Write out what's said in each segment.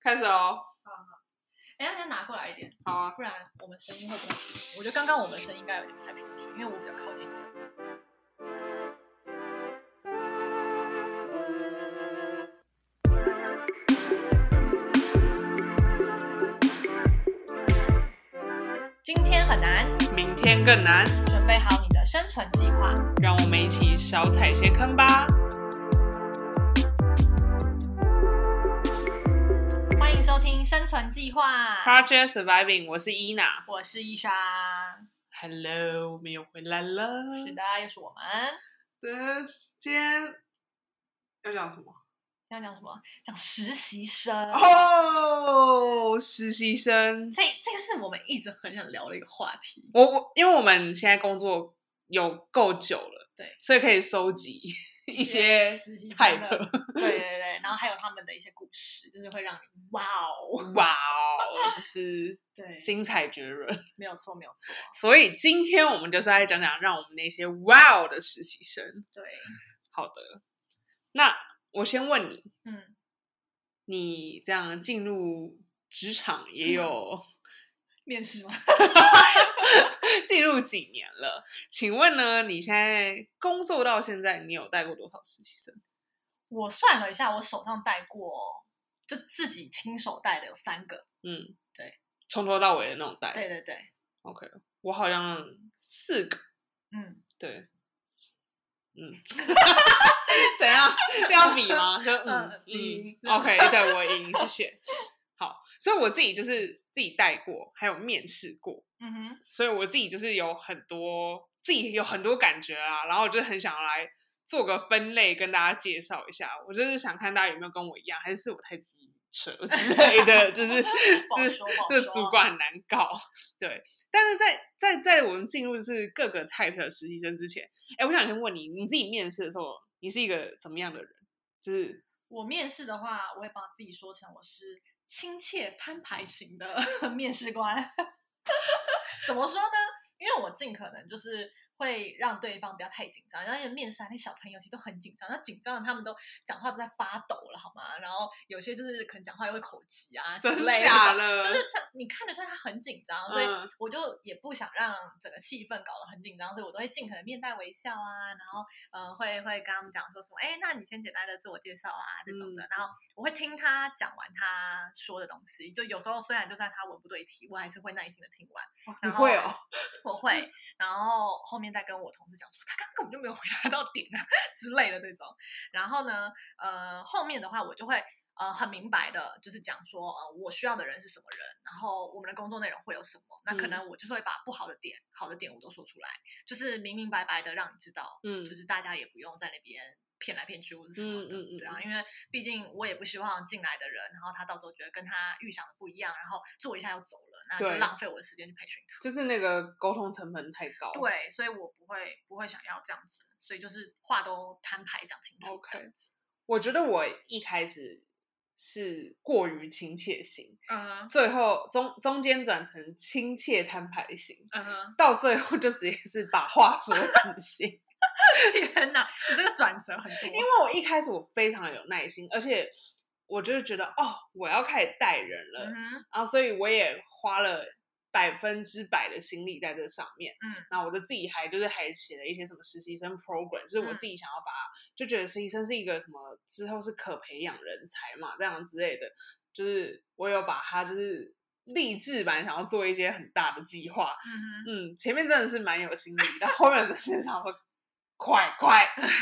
开始哦，哎，那先拿过来一点，好啊，不然我们声音会不太平均。我觉得刚刚我们声音应该有点不太平均，因为我比较靠近你。今天很难，明天更难，准备好你的生存计划。让我们一起少踩些坑吧。欢迎收听《生存计划》， Project Surviving，我是伊娜我是伊莎， ，Hello，我们又回来了。是的，又是我们。的，今天要讲什么？要讲什么？讲实习生。哦，实习生，这这个是我们一直很想聊的一个话题。我我因为我们现在工作有够久了，对，所以可以收 集一一些实习生的 type。对对对，然后还有他们的一些故事，就是会让你哇哦，哇哦，就是对，精彩绝伦。没有错没有错，所以今天我们就是来讲讲，让我们那些 wow 的实习生。对，好的，那我先问你，嗯，你这样进入职场也 有面试吗？进入几年了？请问呢，你现在工作到现在，你有带过多少实习生？我算了一下，我手上带过，就自己亲手带的有三个，嗯，对，从头到尾的那种带。对对对， ，OK，我好像四个，嗯，对， 嗯，怎样？要比吗？就嗯嗯嗯赢，OK，对我赢，谢谢。好，所以我自己就是自己带过，还有面试过，嗯哼，所以我自己就是有很多自己有很多感觉啊，然后我就很想要来做个分类跟大家介绍一下。我就是想看大家有没有跟我一样，还是我太急扯之类的，就是不好就是说不好这个说主管很难搞。对，但是在在在我们进入就是各个 type 的实习生之前，哎，我想先问你，你自己面试的时候，你是一个怎么样的人？就是我面试的话，我会把自己说成我是亲切摊牌型的 面试官。怎么说呢？因为我尽可能就是会让对方不要太紧张，然后因为面试啊，那小朋友其实都很紧张，那紧张的他们都讲话都在发抖了，好吗？然后有些就是可能讲话又会口急啊之真类的，假了就是他你看得出来他很紧张，所以嗯我就也不想让整个气氛搞得很紧张，所以我都会尽可能面带微笑啊，然后呃会会跟他们讲说什么，哎，那你先简单的自我介绍啊这种的，然后我会听他讲完他说的东西，就有时候虽然就算他文不对题，我还是会耐心的听完，你然会后哦，我会，然后后面再跟我同事讲说，他刚刚根本就没有回答到点啊 之类的这种。然后呢，呃，后面的话我就会呃很明白的，就是讲说，呃，我需要的人是什么人，然后我们的工作内容会有什么。那可嗯能我就是会把不好的点、好的点我都说出来，就是明明白白的让你知道，嗯就是大家也不用在那边骗来骗去或是什么的，嗯嗯嗯对啊，因为毕竟我也不希望进来的人，然后他到时候觉得跟他预想的不一样，然后做一下又走了，那就对浪费我的时间去培训他。就是那个沟通成本太高。对，所以我不会不会想要这样子，所以就是话都摊牌讲清楚这 OK 样子。我觉得我一开始是过于亲切型，嗯最后中中间转成亲切摊牌型，嗯哼，到最后就直接是把话说死型。天哪，你这个转折很多， 因为我一开始我非常有耐心，而且我就是觉得哦，我要开始带人了，嗯哼然后啊所以我也花了百分之百的心力在这上面。嗯然后我就自己还就是还写了一些什么实习生 program，就是我嗯自己想要把，就觉得实习生是一个什么之后是可培养人才嘛，这样之类的，就是我有把它就是励志版想要做一些很大的计划，嗯哼，嗯，前面真的是蛮有心理，但后面真的是 想说快快，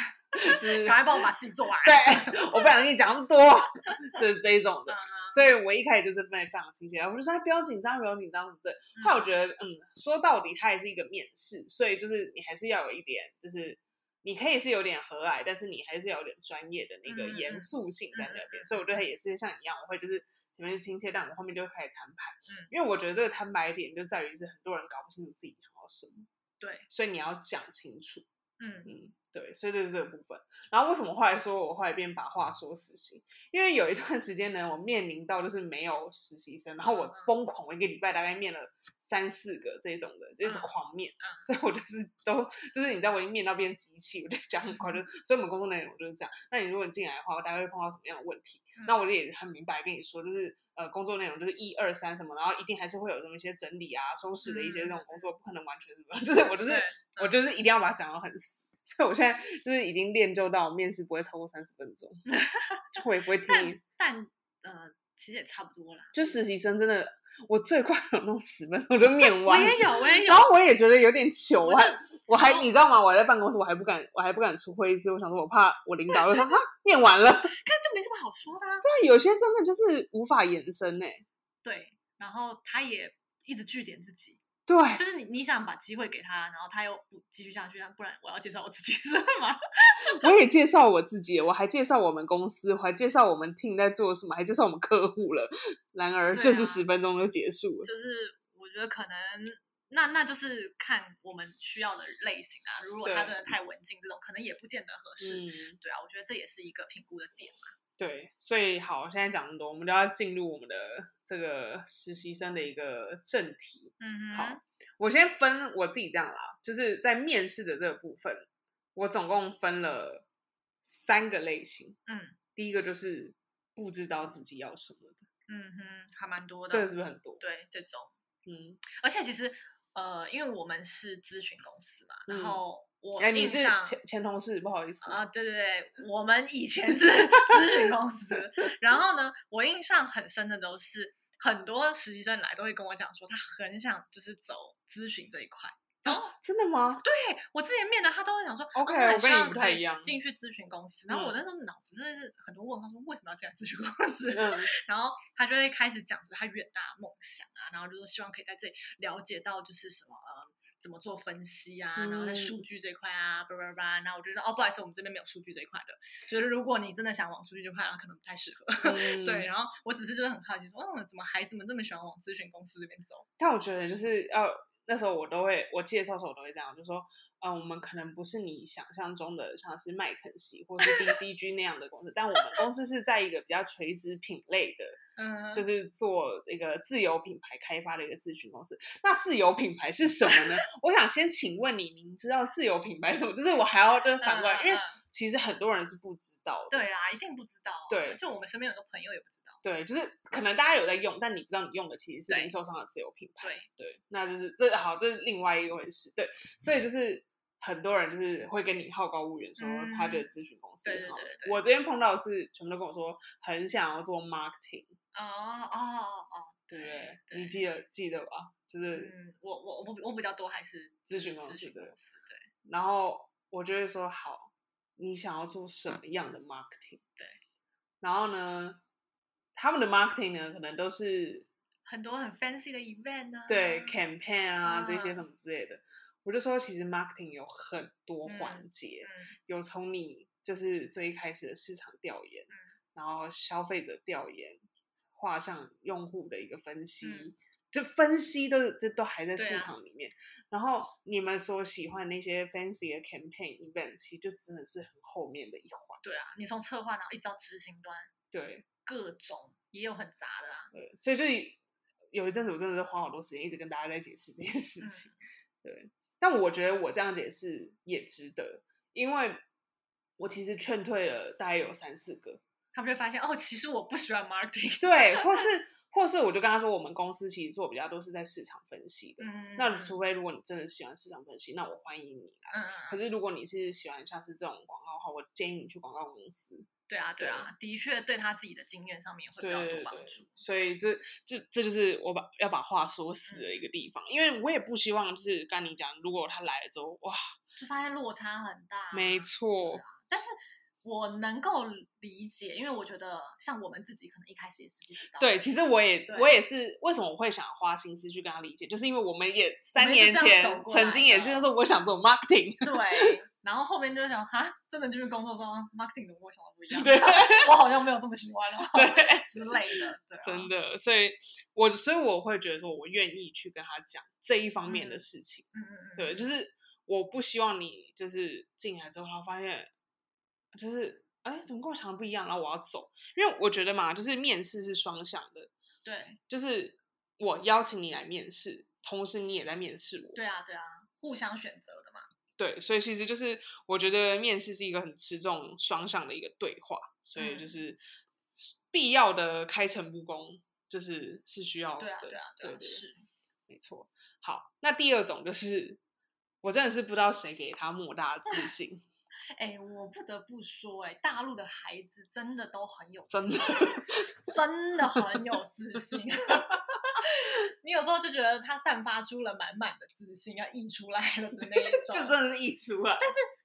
就是赶快帮我把事情做完。对，我不想跟你讲那么多， 就是这一种的嗯。所以我一开始就是被非常亲切，我就说哎不要紧张，不要紧张，什么之类的。嗯后来我觉得，嗯，说到底它也是一个面试，所以就是你还是要有一点，就是你可以是有点和蔼，但是你还是要有点专业的那个嗯嗯严嗯肃性在那嗯嗯边。嗯所以我觉得也是像你一样，我会就是前面是亲切，但我后面就会开始摊牌。嗯因为我觉得这个摊牌点就在于是很多人搞不清楚自己想要什么，对，所以你要讲清楚。嗯，嗯，对，所以这是这个部分。然后为什么后来说我后来变把话说死刑？因为有一段时间呢，我面临到就是没有实习生，然后我疯狂，我一个礼拜大概面了三四个这种的，就是狂面，所以我就是都就是你知道我已经面到变机器，我就讲很快就，所以我们工作内容就是这样。那你如果你进来的话，我大概会碰到什么样的问题？那我也很明白跟你说，就是呃，工作内容就是一二三什么，然后一定还是会有这么一些整理啊、收拾的一些这种工作，不可能完全什么，就是我就是对我就是一定要把它讲到很死。 所以我现在就是已经练就到面试不会超过三十分钟，就我也不会听你但。但呃，其实也差不多啦。就实习生真的，我最快有弄十分钟就面 我完，也有，我也有然。后我也觉得有点糗，我我还就我还超你知道吗？我还在办公室，我还不敢，我还不敢出会议室，我想说我怕我领导又说啊面完了。 看就没什么好说的、啊。但有些真的就是无法延伸欸呢、对，然后他也一直据点自己，对，就是你你想把机会给他，然后他又不继续下去，那不然我要介绍我自己是吗？我也介绍我自己，我还介绍我们公司，我还介绍我们 team 在做什么，还介绍我们客户了。然而对就是啊十分钟就结束了。就是我觉得可能那那就是看我们需要的类型啊。如果他对真的太文静，这种可能也不见得合适。嗯，对啊，我觉得这也是一个评估的点嘛。对，所以好，现在讲那么多，我们就要进入我们的这个实习生的一个正题。嗯好，我先分我自己这样啦，就是在面试的这个部分，我总共分了三个类型。嗯，第一个就是不知道自己要什么的，嗯哼，还蛮多的。啊这个是不是很多？对这种，嗯，而且其实呃，因为我们是咨询公司嘛，嗯然后我哎，你印是象前前同事，不好意思，啊，对对对，我们以前是 咨询公司，然后呢，我印象很深的都是很多实习生来都会跟我讲说，他很想就是走咨询这一块。然后啊真的吗？对我之前面的他都会想说 OK，哦很我希跟你望不可太一以样进去咨询公司。然后我嗯那时候脑子真的是很多问号，说为什么要进来咨询公司？嗯， 然后他就会开始讲着他远大的梦想啊，然后就说希望可以在这里了解到就是什么呃怎么做分析啊，然后在嗯数据这一块啊，叭叭叭。然后我就说哦，不好意思，我们这边没有数据这一块的，就是如果你真的想往数据这块，然后可能不太适合。嗯对，。然后我只是就是很好奇说，嗯，怎么孩子们这么喜欢往咨询公司这边走？但我觉得就是要那时候我都会，我介绍的时候我都会这样，就说，嗯、我们可能不是你想象中的像是麦肯锡或是 BCG 那样的公司，但我们公司是在一个比较垂直品类的。嗯，就是是做一个自由品牌开发的一个咨询公司。那自由品牌是什么呢？ 我想先请问你，您知道自由品牌是什么？就是我还要就是反过来，因为其实很多人是不知道的。对啦，一定不知道啊，对就我们身边有个朋友也不知道，对，就是可能大家有在用，但你不知道你用的其实是对零售商的自由品牌。对对，那就是这好，这是另外一个回事。对，所以就是很多人就是会跟你好高骛远，说嗯他觉得咨询公司对很对好对对对我这边碰到的是全部都跟我说很想要做 marketing，哦哦哦，对不对？对你记得记得吧？就是嗯，我我我我比较多还是咨询公咨司询对公司，对。然后我就会说好，你想要做什么样的 marketing？对。然后呢，他们的 marketing 呢，可能都是很多很 fancy 的 event 呢、啊。对 campaign 啊、这些嗯什么之类的。我就说，其实 marketing 有很多环节，嗯有从你就是最一开始的市场调研，嗯然后消费者调研，画上用户的一个分析，嗯就分析都这都还在对市啊场里面。然后你们所喜欢那些 fancy 的 campaign event，其实就真的是很后面的一环。对啊，你从策划然后一直到执行端，对各种也有很杂的啊。对，所以就有一阵子我真的是花好多时间一直跟大家在解释这件事嗯情。对，但我觉得我这样解释也值得，因为我其实劝退了大概有三四个，他们就发现哦，其实我不喜欢 marketing。 对，或是或是我就跟他说，我们公司其实做比较都是在市场分析的。嗯，那嗯除非如果你真的喜欢市场分析，那我欢迎你来。嗯，可是如果你是喜欢像是这种广告的话，我建议你去广告公司。对啊，对啊，的确对他自己的经验上面也会比对较对有对帮助。所以这这这就是我把要把话说死的一个地方，因为我也不希望就是跟你讲，如果他来了之后，哇，就发现落差很大。啊没错，但是。我能够理解，因为我觉得像我们自己可能一开始也是不知道，对，其实我也对我也是，为什么我会想花心思去跟他理解，就是因为我们也三们也年是这前样走过曾来经也的是，就是我想 做 marketing，对，然后后面就想哈，真的就是工作中 marketing 怎么跟我想的不一样？对，我好像没有这么喜欢哦，对之类的，对、啊，真的，所以我所以我会觉得说，我愿意去跟他讲这一方面的嗯事情。嗯嗯嗯，对，就是我不希望你就是进来之后，然后发现就是哎，怎么跟我想的不一样，然后我要走，因为我觉得嘛，就是面试是双向的，对就是我邀请你来面试，同时你也在面试我，对啊对啊，互相选择的嘛。对，所以其实就是我觉得面试是一个很吃重双向的一个对话，所以就嗯是必要的开诚布公，就是是需要的。对啊对啊对对啊，是没错。好，那第二种就是我真的是不知道谁给他莫大的 自信，哎、我不得不说、哎，大陆的孩子真的都很有真的自信真的很有自信。 你有时候就觉得他散发出了满满的自信，要溢出来 了的那一这种。真的是溢出啊来。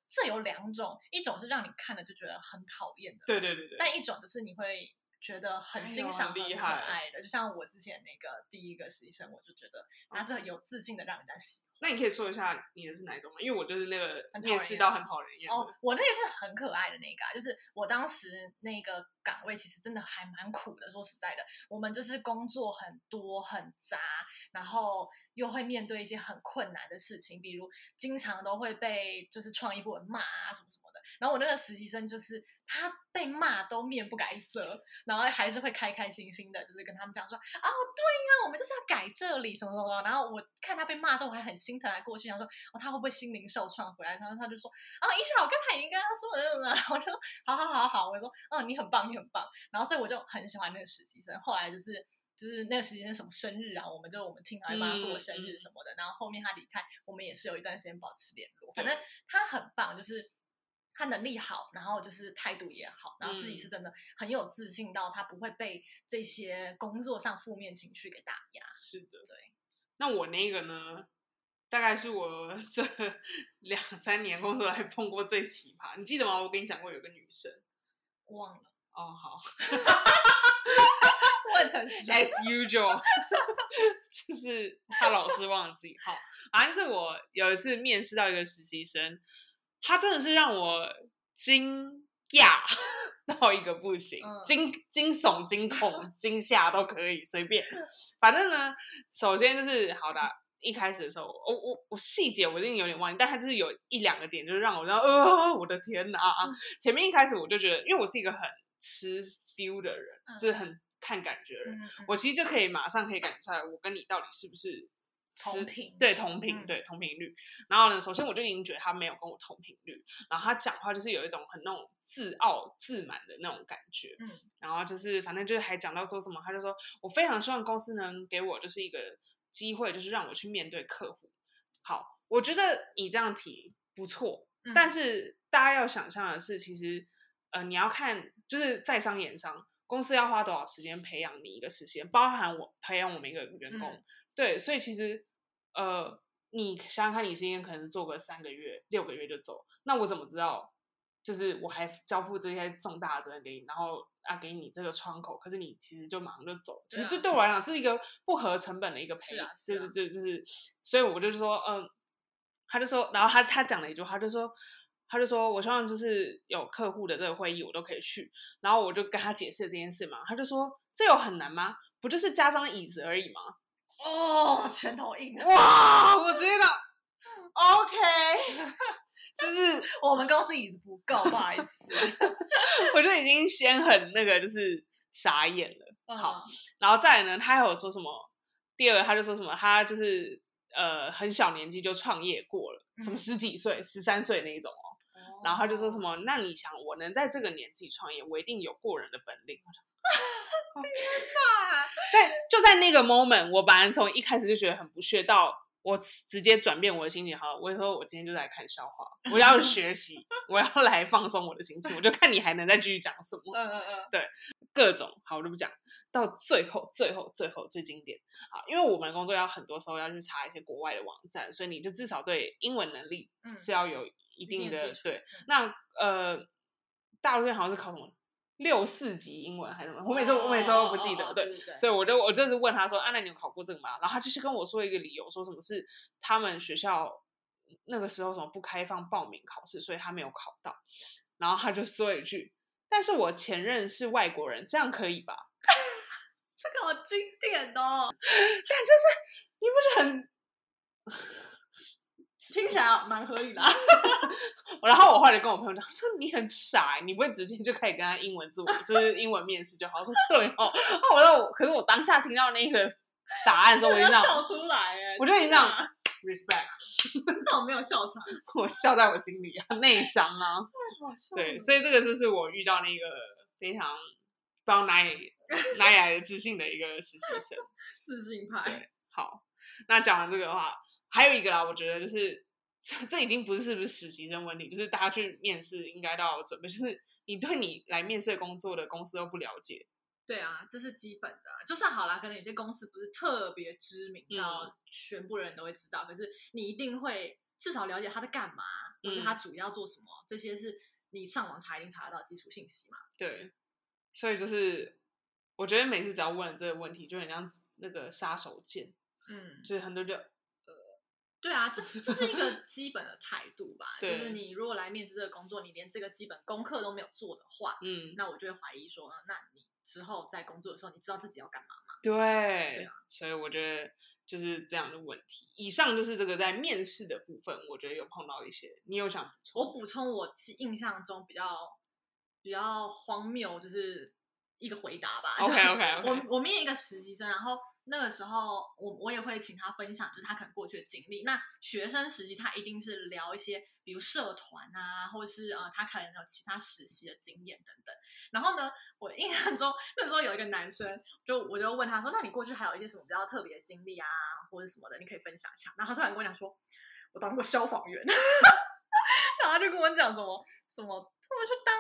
这有两种，一种是让你看了就觉得很讨厌的，对对对对，但一种就是你会觉得很哎呦欣赏、很厉很可害爱的。就像我之前那个第一个实习生，我就觉得他是很有自信的，让人家喜那你可以说一下你的是哪一种吗？因为我就是那个很讨面试厌到很讨人厌的。哦，我那个是很可爱的那个、啊，就是我当时那个岗位其实真的还蛮苦的。说实在的，我们就是工作很多很杂，然后又会面对一些很困难的事情，比如经常都会被就是创意部门骂啊什么什么的。然后我那个实习生就是他被骂都面不改色，然后还是会开开心心的，就是跟他们讲说哦，对啊，我们就是要改这里什么什么什么。然后我看他被骂之后，我还很心疼，还过去想说哦，他会不会心灵受创回来？然后他就说啊，医生，我刚才已经跟他说了，嗯 嗯嗯然后我就说好好好好，我说嗯，你很棒，你很棒。然后所以我就很喜欢那个实习生。后来就是就是那个实习生什么生日啊，我们就我们听到帮他过嗯生日嗯什么的。然后后面他离开，我们也是有一段时间保持联络。反对正他很棒，就是他能力好，然后就是态度也好，然后自己嗯是真的很有自信到他不会被这些工作上负面情绪给打压。是的，对。那我那个呢，大概是我 这两三年工作来碰过最奇葩。你记得吗？我跟你讲过有个女生。忘 了，哦，好问成实，as usual，就是他老是忘记。好，反正是我有一次面试到一个实习生，他真的是让我惊讶 到一个不行，嗯惊惊悚、惊 恐、惊吓都可以随便。反正呢，首先就是好的。一开始的时候，我我我细节我已经有点忘记，但他就是有一两个点，就是让我让呃，我的天哪啊！啊嗯前面一开始我就觉得，因为我是一个很吃 feel 的人，嗯就是很看感觉的人，嗯嗯我其实就可以马上可以感觉出来，我跟你到底是不是吃同频对同频，嗯对同频率。然后呢，首先我就已经觉得他没有跟我同频率，然后他讲话就是有一种很那种自傲自满的那种感觉。嗯，然后就是反正就是还讲到说什么，他就说我非常希望公司能给我就是一个机会，就是让我去面对客户。好，我觉得你这样提不错，嗯但是大家要想象的是，其实呃，你要看就是在商言商，公司要花多少时间培养你一个实习生，包含我培养我们一个员工，嗯对，所以其实呃，你想想看，你今天可能做个三个月、六个月就走，那我怎么知道？就是我还交付这些重大的责任给你，然后啊给你这个窗口，可是你其实就马上就走，其对实啊这对我来讲是一个不合成本的一个培是养啊，是啊哎对对对，就是，所以我就说，嗯，他就说，然后他他讲了一句话，他就说，他就说我希望就是有客户的这个会议我都可以去，然后我就跟他解释这件事嘛，他就说这有很难吗？不就是加张椅子而已吗？ 哦，拳头硬，哇，我直接讲，OK，就是我们公司椅子不够， 不好意思。我就已经先很那个就是傻眼了。嗯好然后再来呢，他还有说什么？第二个他就说什么，他就是呃很小年纪就创业过了，什么嗯十几岁、十三岁那一种哦。嗯，然后他就说什么？么，那你想我能在这个年纪创业，我一定有过人的本领。 我想但就在那个 moment，我本来从一开始就觉得很不屑，到我直接转变我的心情。好，我就说我今天就来看笑话，我要学习，我要来放松我的心情，我就看你还能再继续讲什么。嗯嗯嗯，各种好，我就不讲。到最后，最后，最后最经典啊！因为我们工作要很多时候要去查一些国外的网站，所以你就至少对英文能力嗯是要有一定定的、基础对嗯。那呃，大陆这边好像是考什么六四级英文还是什么？我每次我每次都不记哦哦得，哦对。对对所以我就我就是问他说：“啊，那你有考过这个吗？”然后他就是跟我说一个理由，说什么是他们学校那个时候什么不开放报名考试，所以他没有考到。然后他就说一句：“但是我前任是外国人，这样可以吧这个好经典哦。？”你不是很听起来蛮合理 啦。然后我后来跟我朋友讲，我说你很傻欸，你不会直接就开始跟他英文自我，就是英文面试就好。我说对哦， 后来我可是我当下听到那个答案的时候，我真就的这样 笑出来哎，我就已经这样天 哪 respect，那我没有笑场，我笑在我心里啊，内伤啊。太好笑对，了所以这个就是我遇到那个非常不知道哪里哪里来的自信的一个实习生。自信派对，好，那讲完这个的话，还有一个啦，我觉得就是这这已经不是是不是实习生问题，就是大家去面试应该都要有准备，就是你对你来面试的工作的公司都不了解，对啊，这是基本的啊。就算好啦，可能有些公司不是特别知名嗯到全部人都会知道，可是你一定会至少了解他在干嘛，或者嗯他主要做什么，这些是你上网查一定查得到基础信息嘛。对，所以就是我觉得每次只要问了这个问题，就很像那个杀手锏，嗯，就是很多就对啊，这这是一个基本的态 度吧。就对是你如果来面试这个工作，你连这个基本功课都没有做的话，嗯，那我就会怀疑说，呃那你之后在工作的时候，你知道自己要干嘛吗？对，对啊所以我觉得。就是这样的问题。以上就是这个在面试的部分，我觉得有碰到一些，你有想补充我补充我记印象中比较比较荒谬，就是一个回答吧。 ？OK OK OK， 我我面一个实习生，然后那个时候我我也会请他分享，就是他可能过去的经历。那学生实习他一定是聊一些，比如社团啊，或是呃他可能有其他实习的经验等等。然后呢，我印象中那时候有一个男生，就我就问他说：“那你过去还有一些什么比较特别的经历啊，或者什么的，你可以分享一下？”然后他突然跟我讲说：“我当过消防员。” 然后他就跟我讲什么什么，他们去当。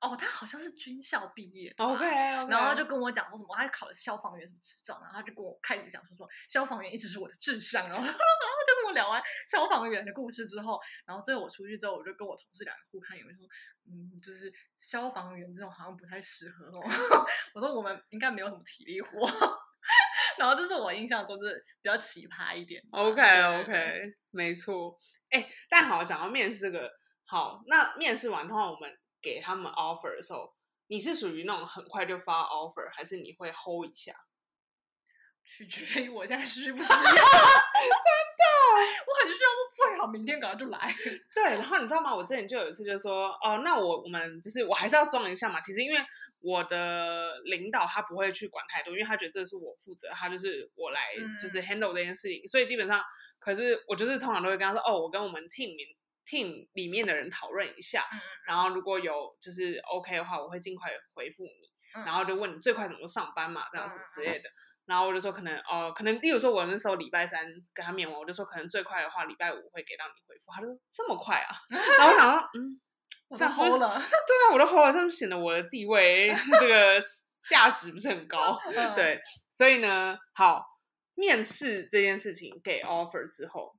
哦，他好像是军校毕业的吧哦 OK，然后他就跟我讲说什么，他考了消防员什么执照，然后他就跟我开始讲说什么消防员一直是我的志向，然后 然后就跟我聊完消防员的故事之后，然后所以我出去之后，我就跟我同事两个互看有人说，嗯，就是消防员这种好像不太适合哦。 我说我们应该没有什么体力活。 然后这是我印象中就是比较奇葩一点吧。 OK 啊对 OK，没错。哎、但好讲到面试这个，好，那面试完的话，我们给他们 offer 的时候，你是属于那种很快就发 offer，还是你会 hold 一下？取决于我现在需不需要。真 的，我很需要，说最好明天赶快就来。 对，然后你知道吗？我之前就有一次就说，哦，那我我们就是我还是要装一下嘛。其实因为我的领导他不会去管太多，因为他觉得这是我负责，他就是我来就是嗯 handle 这件事情。所以基本上，可是我就是通常都会跟他说，哦，我跟我们 team 里 team 里面的人讨论一下，嗯嗯然后如果有就是 OK 的话，我会尽快回复你，嗯然后就问你最快什么时候上班嘛，这样什么嗯嗯之类的。然后我就说可能哦、呃可能例如说我那时候礼拜三跟他面完，我就说可能最快的话礼拜五会给到你回复，他就说这么快啊， 然后我想说嗯，这样是不说是了， 对啊，我的喉咙上显得我的地位这个价值不是很高，嗯，对，所以呢，好，面试这件事情给 offer 之后。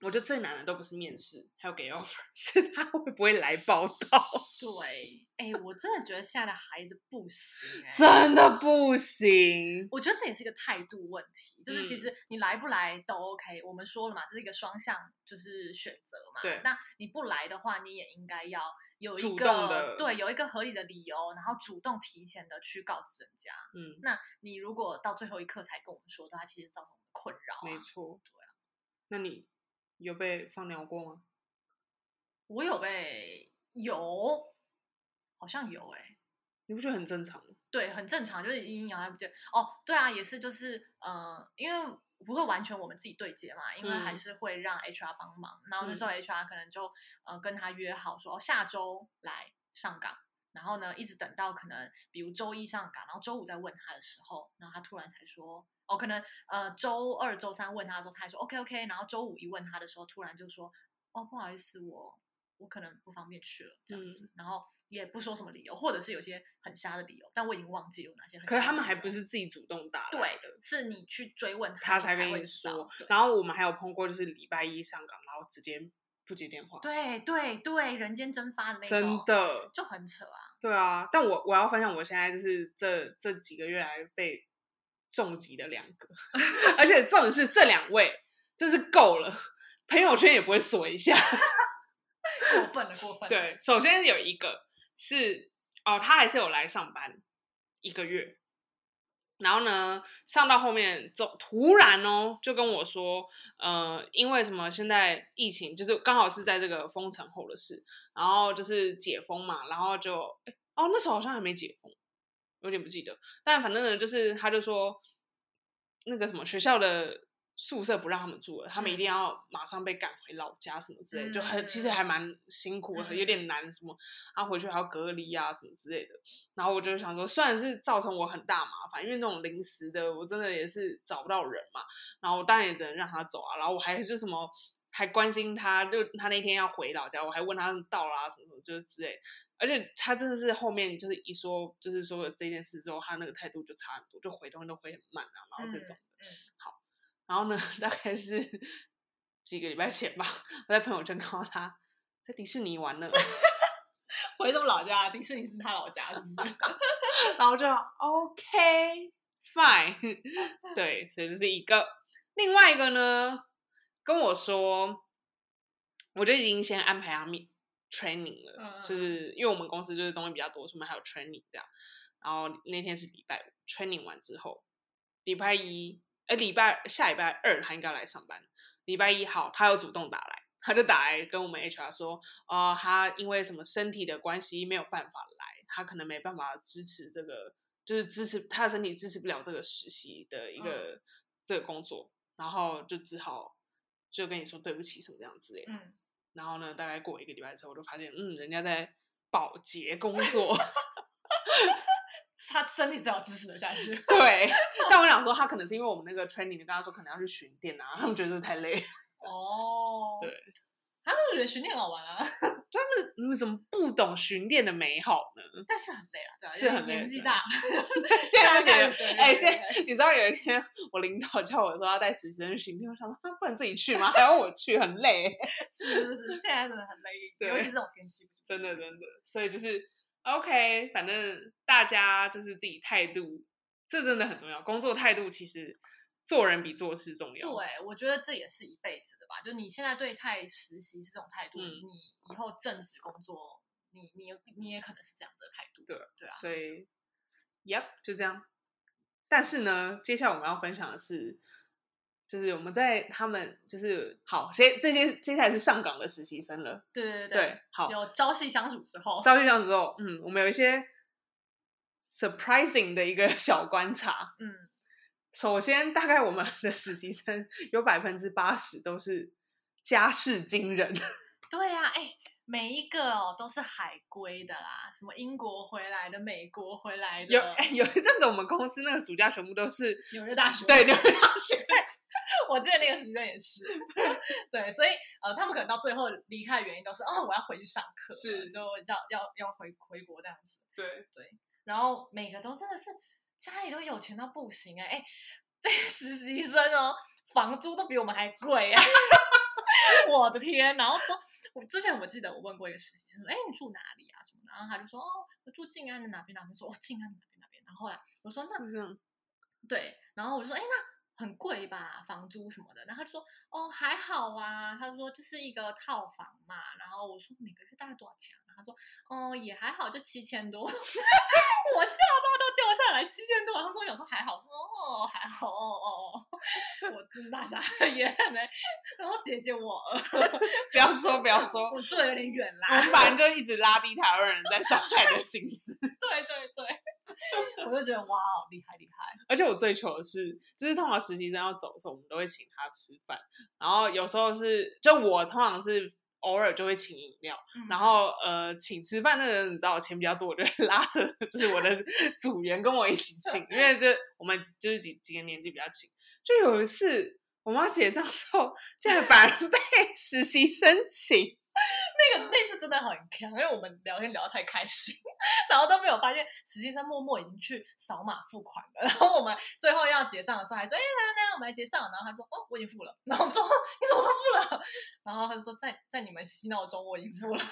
我觉得最难的都不是面试，还有给 offer，是 他会不会来报道，对，哎、我真的觉得现在的孩子不行、哎， 真的不行。我觉得这也是一个态度问题，就是其嗯实你来不来都 OK，、我们说了嘛，这是一个双向就是选择嘛。对那你不来的话，你也应该要有一主动个地对有一个合理的理由，然后主动提前的去告知人家。嗯，那你如果到最后一刻才跟我们说的话，其实造成我们困扰、没啊。错。那你有被放鸟过吗？我有被有，好像有哎、你不觉得很正常吗？对，很正常，就是阴阳来不见。哦，对啊，也是，就是呃，因为不会完全我们自己对接嘛，因为还嗯是会让 HR 帮忙。然后那时候 HR 可能就呃跟他约好说，哦，下周来上岗。然后呢，一直等到可能比如周一上岗，然后周五再问他的时候，然后他突然才说，哦，可能呃周二、周三问他的时候，他还说 OK OK，然后周五一问他的时候，突然就说，哦，不好意思，我我可能不方便去了这样子，嗯然后也不说什么理由，或者是有些很瞎的理由，但我已经忘记有哪些很瞎可的理由。是他们还不是自己主动打对来的，是你去追问他才你才跟会你知道说对。然后我们还有碰过，就是礼拜一上岗，然后直接不接电话，对对对，人间蒸发的那种，真的，就很扯啊！对啊。但我我要分享，我现在就是这这几个月来被重击的两个， 而且重点是这两位，真是够了，朋友圈也不会锁一下。过分了，过分了。对，首先有一个是哦，他还是有来上班一个月，然后呢，上到后面，就突然哦，就跟我说，呃，因为什么？现在疫情就是刚好是在这个封城后的事，然后就是解封嘛，然后就诶哦，那时候好像还没解封，有点不记得。但反正呢，就是他就说，那个什么学校的宿舍不让他们住了，他们一定要马上被赶回老家什么之类的，就很其实还蛮辛苦的，有点难什么，啊回去还要隔离啊什么之类的。然后我就想说，虽然是造成我很大麻烦，因为那种临时的，我真的也是找不到人嘛。然后我当然也只能让他走啊。然后我还就什么，还关心他，就他那天要回老家，我还问他到啦、什么什么，就是之类。而且他真的是后面就是一说，就是说了这件事之后，他那个态度就差很多，就回东西都回很慢啊，然后这种。嗯嗯好，然后呢， 大概是几个礼拜前吧，我在朋友圈看到他在迪士尼玩呢。回他们老家，迪士尼是他老家， 是不是？然后就 OK fine，对，所以这是一个。另外一个呢，跟我说，我就已经先安排他们 training 了，嗯就是因为我们公司就是东西比较多，所以我们还有 training 这样。然后那天是礼拜五，training 完之后，礼拜一，哎，礼拜下礼拜二他应该来上班。礼拜一好，他又主动打来，他就打来跟我们 HR 说，哦、他因为什么身体的关系没有办法来，他可能没办法支持这个，就是支持他的身体支持不了这个实习的一个、这个工作，然后就只好就跟你说对不起什么这样之类的。嗯，然后呢，大概过一个礼拜之后，我就发现，嗯，人家在保洁工作。 他身体只好支持得下去。对，但我想说，他可能是因为我们那个 training 跟他说可能要去巡店啊，他们觉得太累了。 哦，对，他那个觉得巡店好玩啊，他们你们怎么不懂巡店的美好呢？ 但是很累啊，对吧？是因为很累年纪是大，现在就觉下下得，有责任哎、对现在你知道有一天我领导叫我说要带实习生去巡店，我想说啊他不能自己去吗？还 要我去，很累，是是是，现在真的很累，对尤其是这种天气。真的真的。所以就是 OK，反正大家就是自己态度，这真的很重要。工作态度其实做人比做事重要。对，我觉得这也是一辈子的吧。就你现在对待实习是这种态度，嗯你以后正职工作，你你你也可能是这样的态度。对对啊，所以，Yep，就这样。但是呢，接下来我们要分享的是，就是我们在他们就是好，先这些接下来是上岗的实习生了。对对对对，好，有朝夕相处之后，照这样之后，嗯，我们有一些 surprising 的一个 小观察。嗯，首先，大概我们的实习生有百分之八十都是家世惊人，对啊，哎、每一个哦都是海归的啦，什么英国回来的、美国回来的，有、哎有一阵子我们公司那个暑假全部都是纽约大学对纽约大学，我记得那个实习生也是， 对，所以呃，他们可能到最后离开的原因都是，哦，我要回去上课了，是就要要要回回国这样子。对，然后每个都真的是家里都有钱到不行哎、哎，这些实习生哦，房租都比我们还贵啊！ 我的天，然后都我之前我记得我问过一个实习生，哎，你住哪里啊什么的，然后他就说哦，我住静安的哪边哪边，说哦静安的哪边哪边，然后后来我说那就这样。对，然后我就说，哎，那很贵吧，房租什么的。然后他就说，哦，还好啊。他就说就是一个套房嘛。然后我说每个月大概多少钱啊？他说，哦，也还好，就七千多。我笑到都掉下来，七千多。他跟我讲说还好，我说哦还好哦哦哦，我真大傻眼没。然后姐姐我， 不要说，不要 说，我坐的有点远 我啦。们反正就一直拉低台湾人在上海的薪资。 对对对， 我就觉得哇哦，厉害厉害。而且我最糗的是，就是通常实习生要走的时候，我们都会请他吃饭，然后有时候是就我通常是偶尔就会请饮料，嗯然后呃请吃饭的人你知道我钱比较多，我就会拉着 就是我的组员跟我一起请，因为就我们就是几几个年纪比较轻，就有一次。我妈结账之后，竟然反而被实习生请，那个那次真的很强，因为我们聊天聊得太开心， 然后都没有发现实习生默默已经去扫码付款了。 然后我们最后要结账的时候还说：“哎、来来来，我们来结账。”然后他说：“哦，我已经付了。”然后我们说：“哦你什么时候付了？”然后他就说：“在在你们洗脑中，我已经付了。”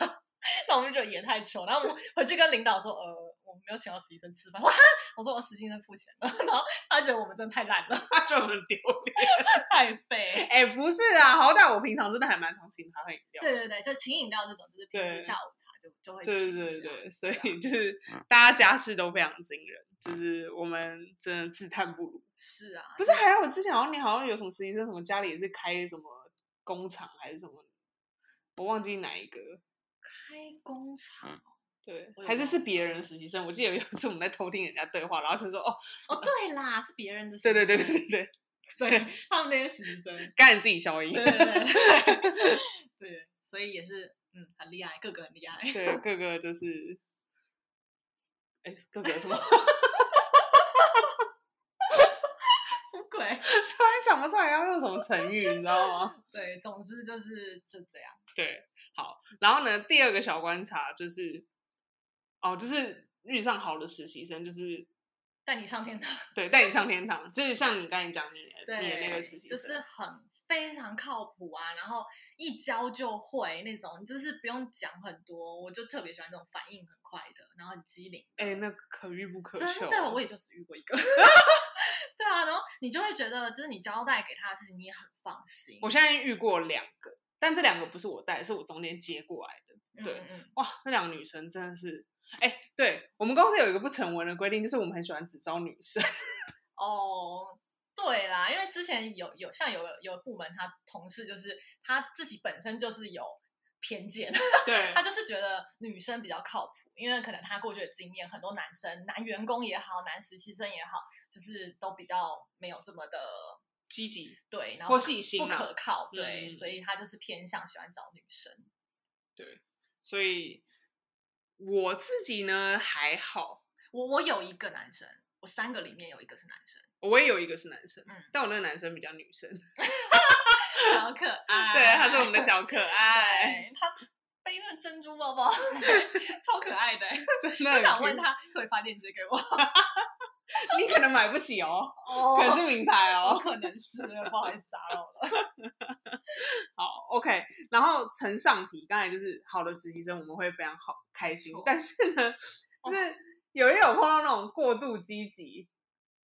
那我们就觉得也太糗，然后我们回去跟领导说：“呃，我们没有请到实习生吃饭。”我说啊我说：“我实习生付钱了。”然后他觉得我们真的太烂了，她就很丢脸。太废。哎、不是啊，好歹我平常真的还蛮常请她喝饮料的。对对对，就请饮料这种，就是平对时下午茶就就就会对请对对这样对，所对啊以就是大家家世都非常惊人，就是我们真的自叹不如。是啊，不是，还有我之前好像你好像有什么实习生，什么家里也是开什么工厂还是什么，我忘记哪一个。开工厂对我，也还是忘是了别人的实习生。我记得有一次我们在偷听人家对话，然后就说：“哦，哦，对啦， 是别人的对实对习生，对 对对对，对，他们那些实习 生，干自己消 音。对对对对，所以也是嗯很厉害，个个很厉害，对，各个就是，哎，各个 什么？什么 鬼？突然想不出来要用什么成语，你知道吗？对，总之就是就这样，对，好，然后呢，第二个小观察就是，哦，就是遇上好的实习生，就是带你上天 堂，对带你上天堂，就是像你刚才讲你的你的那个实习就生，是很非常靠谱啊，然后一教就会那种，就是不用讲很多，我就特别喜欢这种反应很快的，然后很机灵的，哎、那可遇不可哦求，真的，我也就只遇过 一个。 对啊，然后你就会觉得，就是你交代给他的事情，你也很放心。我现在遇过两个，但这两个不是我带，是我中间接过来的。对嗯嗯哇，那两个女生真的是，哎、对我们公司有一个不成文的规定，就是我们很喜欢只招女 生。哦，对啦，因为之前有有像有个有个部门，他同事就是他自己本身就是有偏见，对他就是觉得女生比较靠谱，因为可能他过去的经验，很多男生、男员工也好，男实习生也好，就是都比较没有这么的积极，对，然后或细心不啊可靠，对，嗯所以他就是偏向喜欢找女生。所以我自己呢还好，我我有一个男生，我三个里面有一个是男生，我也有一个是男生，嗯但我那个男生比较女生。小可爱， 对，他是我们的小可爱，对，他背那个珍珠 包包，超可爱的。真的我很想问 cute 他，可以发链接给我？你可能买不起哦，哦可是名牌我哦。可能是，不好意思打扰 了。好，OK。然后呈上题，刚才就是好的实习生，我们会非常好开心错。但是呢，就是有也有碰到那种过度积极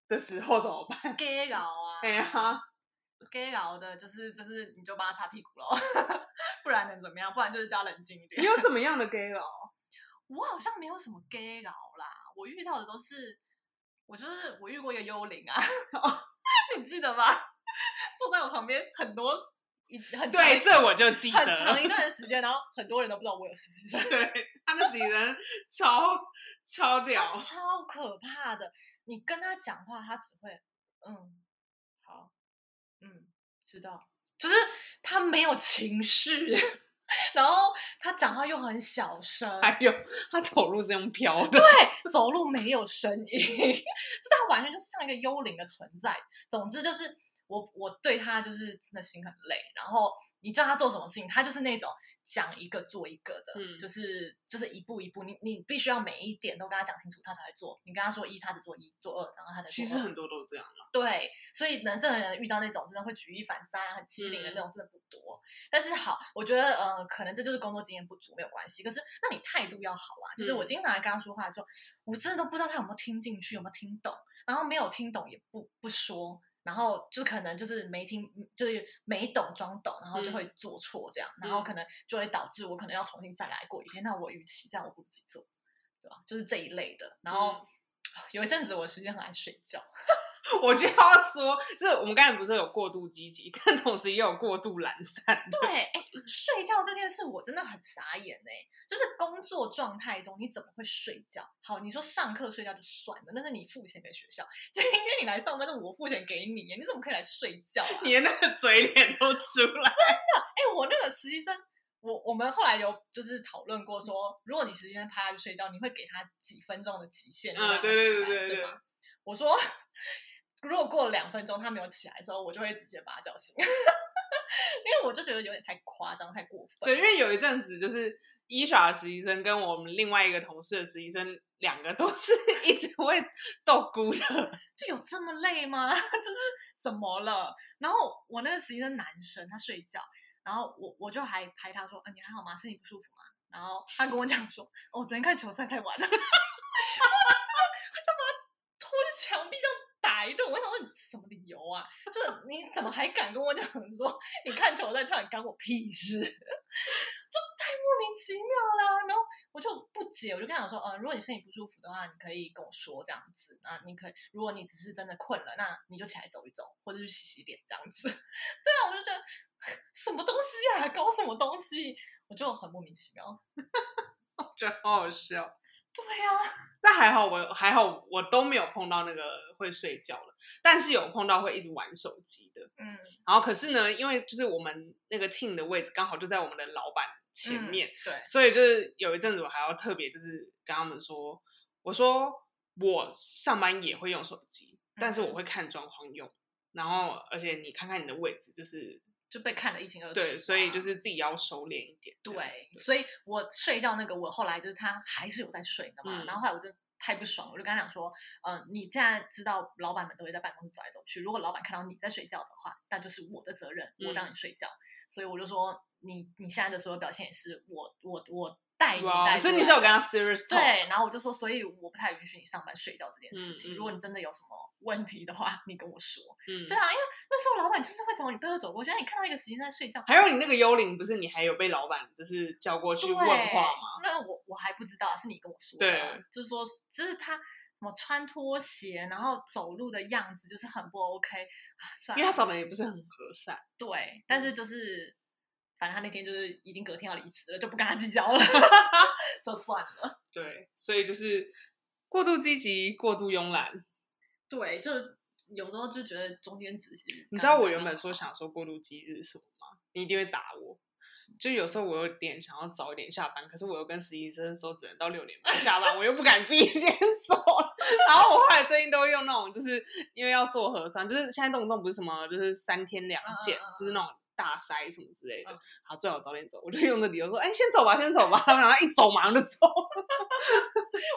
的时候怎么办？ gay 佬啊，哎呀， gay 佬的，就是就是，你就帮他擦屁股喽， 不然能怎么样？不然就是叫他冷静一你点。有怎么样的 gay 佬？我好像没有什么 gay 佬啦，我遇到的都是，我就是我遇过一个幽灵啊， 你记得吗？坐在我旁边很多一很长对，这我就记得很了，长。一段时间，然后很多人都不知道我有实习生对，他的实习生超超屌 他，超可怕的。你跟他讲话，他只会嗯好，嗯知道，就是他没有情绪， 然后他讲话又很小声，还有他走路是用飘的。对，走路没有声音， 就他完全就是像一个幽灵的存在。总之就是我我对他就是真的心很累，然后你叫他做什么事情，他就是那种讲一个做一个的，嗯就是就是一步一步，你你必须要每一点都跟他讲清楚，他才会做。你跟他说一，他只做一，做二，然后他才做其实二很多都这样啦，对，所以能这种人遇到那种真的会举一反三啊、很机灵的嗯那种真的不多。但是好，我觉得呃，可能这就是工作经验不足，没有关系。可是那你态度要好啊，就是我嗯经常跟他说话的时候，我真的都不知道他有没有听进去，有没有听懂，然后没有听懂也不不说。然后就可能就是没听，嗯就是没懂装懂，然后就嗯会做错这样，然后可能就会导致我可能要重新再来过一遍。那我与其这样，我不如自己做，对吧？就是这一类的。然后、嗯有一阵子我时间很爱睡觉，我就要说，就是我们刚才不是有过度积极，但同时也有过度懒散。对，哎，睡觉这件事我真的很傻眼哎、就是工作状态中你怎么会睡觉？好，你说上课睡觉就算了，那是你付钱给学校，今天你来上班是我付钱给你耶，你怎么可以来睡觉啊？你的那个嘴脸都出来， 哎，我那个实习生，我我们后来有就是讨论过说，如果你实习生趴下去睡觉，你会给他几分钟的极限？嗯让他对对起对来对对对吗我说，如果过了两分钟他没有起来的时候，我就会直接把他叫醒， 因为我就觉得有点太夸张、太过分。对，因为有一阵子就是伊耍的实习生跟我们另外一个同事的实习生，两个都是 一直会逗姑的。就有这么累吗？ 就是怎么了？然后我那个实习生男生他睡觉，然后我我就还拍他说，嗯、你还好吗？身体不舒服吗？然后他跟我讲说，哦，我昨天看球赛太晚了，我真的很想把他拖去墙壁这样打一顿。我想说你什么理由啊？就是你怎么还敢跟我讲说你看球赛跳远干我屁事？就太莫名其妙啦。然后我就不解，我就跟他讲说，呃，如果你身体不舒服的话，你可以跟我说这样子。那你可以，如果你只是真的困了，那你就起来走一走，或者去洗洗脸这样子。对 啊，我就觉得什么东西啊，搞什么东西，我就很莫名其妙。 觉得好好笑。对啊呀、那还好我，还好我都没有碰到那个会睡觉的，但是有碰到会一直玩手机的。嗯然后可是呢，因为就是我们那个 team 的位置刚好就在我们的老板前嗯面，对，所以就是有一阵子我还要特别就是跟他们说，我说我上班也会用手机，但是我嗯会看状况用，然后而且你看看你的位置，就是就被看得一清二楚、啊对，所以就。是自己要收敛一点。这样对，所以我睡觉那个，我后来就是他还是有在睡的嘛，嗯然后后来我就太不爽了，我就跟他讲说，呃，你现在知道老板们都会在办公室走来走去，如果老板看到你在睡觉的话，那就是我的责任，我让嗯你睡觉，所以我就说你你现在的所有表现也是我我我带你哇，哦带，啊所以你是有跟他 serious talk，对，然后我就说，所以我不太允许你上班睡觉这件事嗯情，嗯如果你真的有什么问题的话，你跟我说，嗯对，啊，因为那时候老板就是会从你背后走过去，哎，你看到一个时间在睡觉，还有你那个幽灵，不是你还有被老板就是叫过去对问话吗？那我我还不知道，是你跟我说的啊，就是说，就是他什么穿拖鞋，然后走路的样子就是很不 OK 啊，算因为他嗯了，长得也不是很和善，对，但是就是反正他那天就是已经隔天要离职了，就不跟他 计较了，就算了。对，所以就是过度积极、过度慵懒。对，就有时候就觉得中间值其实你知道刚我刚原本好说想说过度积极是什么吗？你一定会打我。就有时候我有点想要早一点下班，可是我又跟实习生说只能到六点半下班，我又不敢自己 先走。然后我后来最近都用那种，就是因为要做核酸，就是现在动不动不是什么就是三天两嗯嗯检，嗯嗯就是那种大筛什么之类的嗯。好，最好早点走，我就用这理由说，哎，先走吧，先走吧。然后一走马上就走。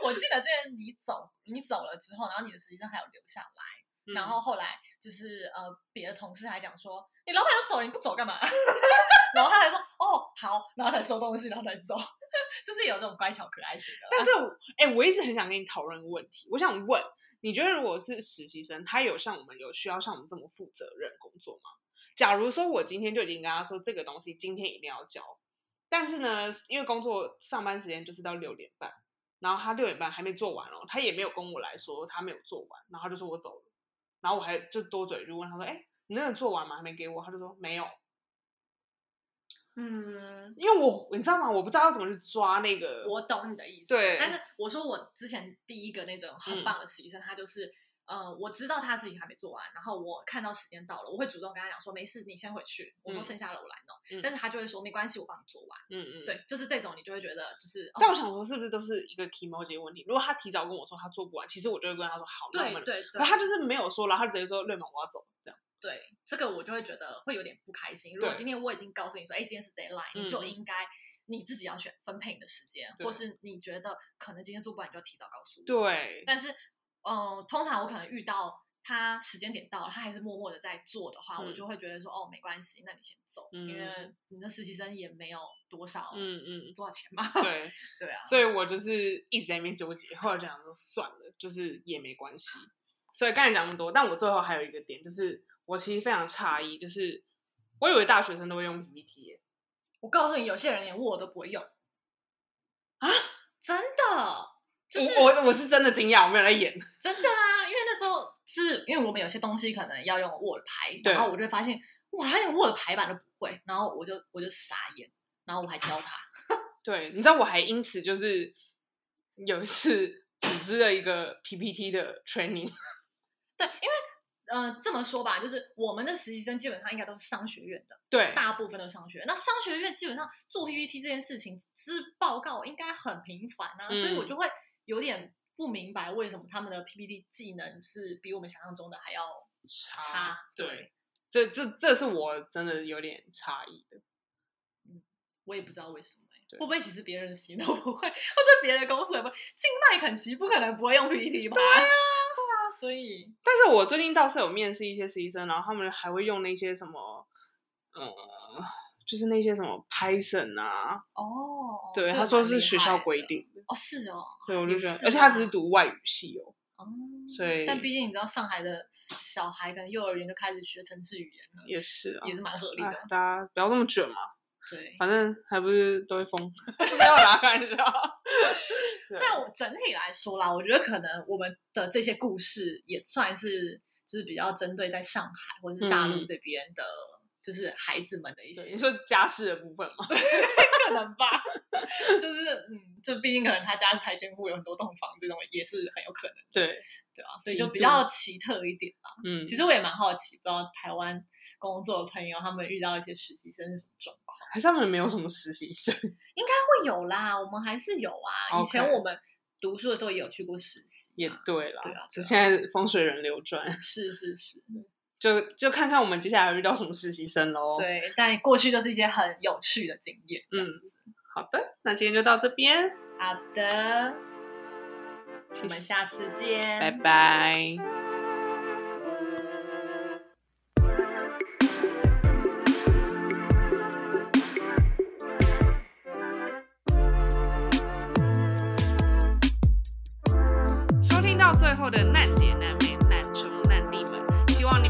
我记得之前你走，你走了之后，然后你的实习生还有留下来， 嗯然后后来就是呃，别的同事还讲说，你老板都走了，你不走干嘛？ 然后他还说，哦，好，然后才收东西，然后才走， 就是有这种乖巧可爱型的。但是我，哎、我一直很想跟你讨论个问题。我想问，你觉得如果是实习生，他有像我们有需要像我们这么负责任工作吗？假如说我今天就已经跟他说这个东西今天一定要交，但是呢，因为工作上班时间就是到六点半，然后他六点半还没做完哦，他也没有跟我来说他没有做完，然后他就说我走了，然后我还就多嘴就问他说，哎、你那个做完吗？还没给我？他就说没有，嗯，因为我你知道吗？我不知道要怎么去抓那个，我懂你的意思。对但是我说我之前第一个那种很棒的实习生，他就是。呃，我知道他事情还没做完，然后我看到时间到了，我会主动跟他讲说，没事，你先回去，我说嗯剩下的我来弄。嗯但是他就会说，没关系，我帮你做完。嗯嗯，对，就是这种，你就会觉得就是，哦但我想说，是不是都是一个 emoji 的问题？如果他提早跟我说他做不完，其实我就会跟他说好，那我对们。对可对他就是没有说，然后他直接说瑞蒙我要走，这样。对，这个我就会觉得会有点不开心。如果对今天我已经告诉你说，哎，今天是 deadline，你就嗯应该你自己要选分配你的时间，对或是你觉得可能今天做不完，你就提早告诉我。，对，但是，呃，通常我可能遇到他时间点到了，他还是默默的在做的话，我嗯就会觉得说，哦，没关系，那你先走，因为嗯你的实习生也没有多少，嗯嗯，多少钱嘛。对， 对啊，所以我就是一直在那边纠结，后来就想说算了，就是也没关系。所以刚才讲那么多，但我最后还有一个点，就是我其实非常诧异，就是我以为大学生都会用 PPT，耶我告诉你，有些人连 Word 都不会用啊，真的。就是我我我是真的惊讶，我没有在演。真的啊，因为那时候是因为我们有些东西可能要用 Word 排，对然后我就会发现，哇，他连 Word 排版都不会，然后我就我就傻眼，然后我还教他，对，你知道我还因此就是有一次组织了一个 PPT 的 training，对，因为。呃，这么说吧，就是我们的实习生基本上应该都是商学院的，对，大部分都是商学院。那商学院基本上做 PPT 这件事情，是报告应该很频繁啊，所以我嗯就会有点不明白为什么他们的 PPT 技能是比我们想象中的还要差。啊对，这这这是我真的有点诧异的。我也不知道为什么欸、对会不会其实别人的习都不会，或 者别的公司也不会？进麦肯锡不可能不会用 PPT 吧？对 啊，对啊，所以但是我最近倒是有面试一些实习生，然后他们还会用那些什么，呃，就是那些什么 Python 啊，哦，对，这他个说蛮是厉学害校的规定的，哦，是哦，对，我就也觉得，是而且他只是啊读外语系哦，哦、所以但毕竟你知道，上海的小孩可能幼儿园就开始学城市语言了，也是啊也，是蛮合理哎的。大家不要那么卷嘛，对，反正还不是都会 疯，没有啦，开玩笑。对但我整体来说啦，我觉得可能我们的这些故事也算是就是比较针对在上海或者是大陆嗯这边的，就是孩子们的一 对些你说家事的部分 嘛，可能吧，就是嗯，就毕竟可能他家是拆迁户，有很多栋房子，这种也是很有可能，对，对吧、所以极就比度较奇特一点啦。嗯，其实我也蛮好奇，不知道台湾工作的朋友他们遇到一些实习生是什么状况。还是他们没有什么实习生，会有啦，我们还是有啊。以前 OK 我们读书的时候也有去过实习也啊、对啦。对啊就对啊现在风水轮流转，是是是，就就看看我们接下来遇到什么实习生喽。，对。但过去就是一些很有趣的经验。嗯，好的，那今天就到这边，好的，我谢们谢，下次见，拜拜。收听到最后的难姐、难妹、难兄、难弟们，希望你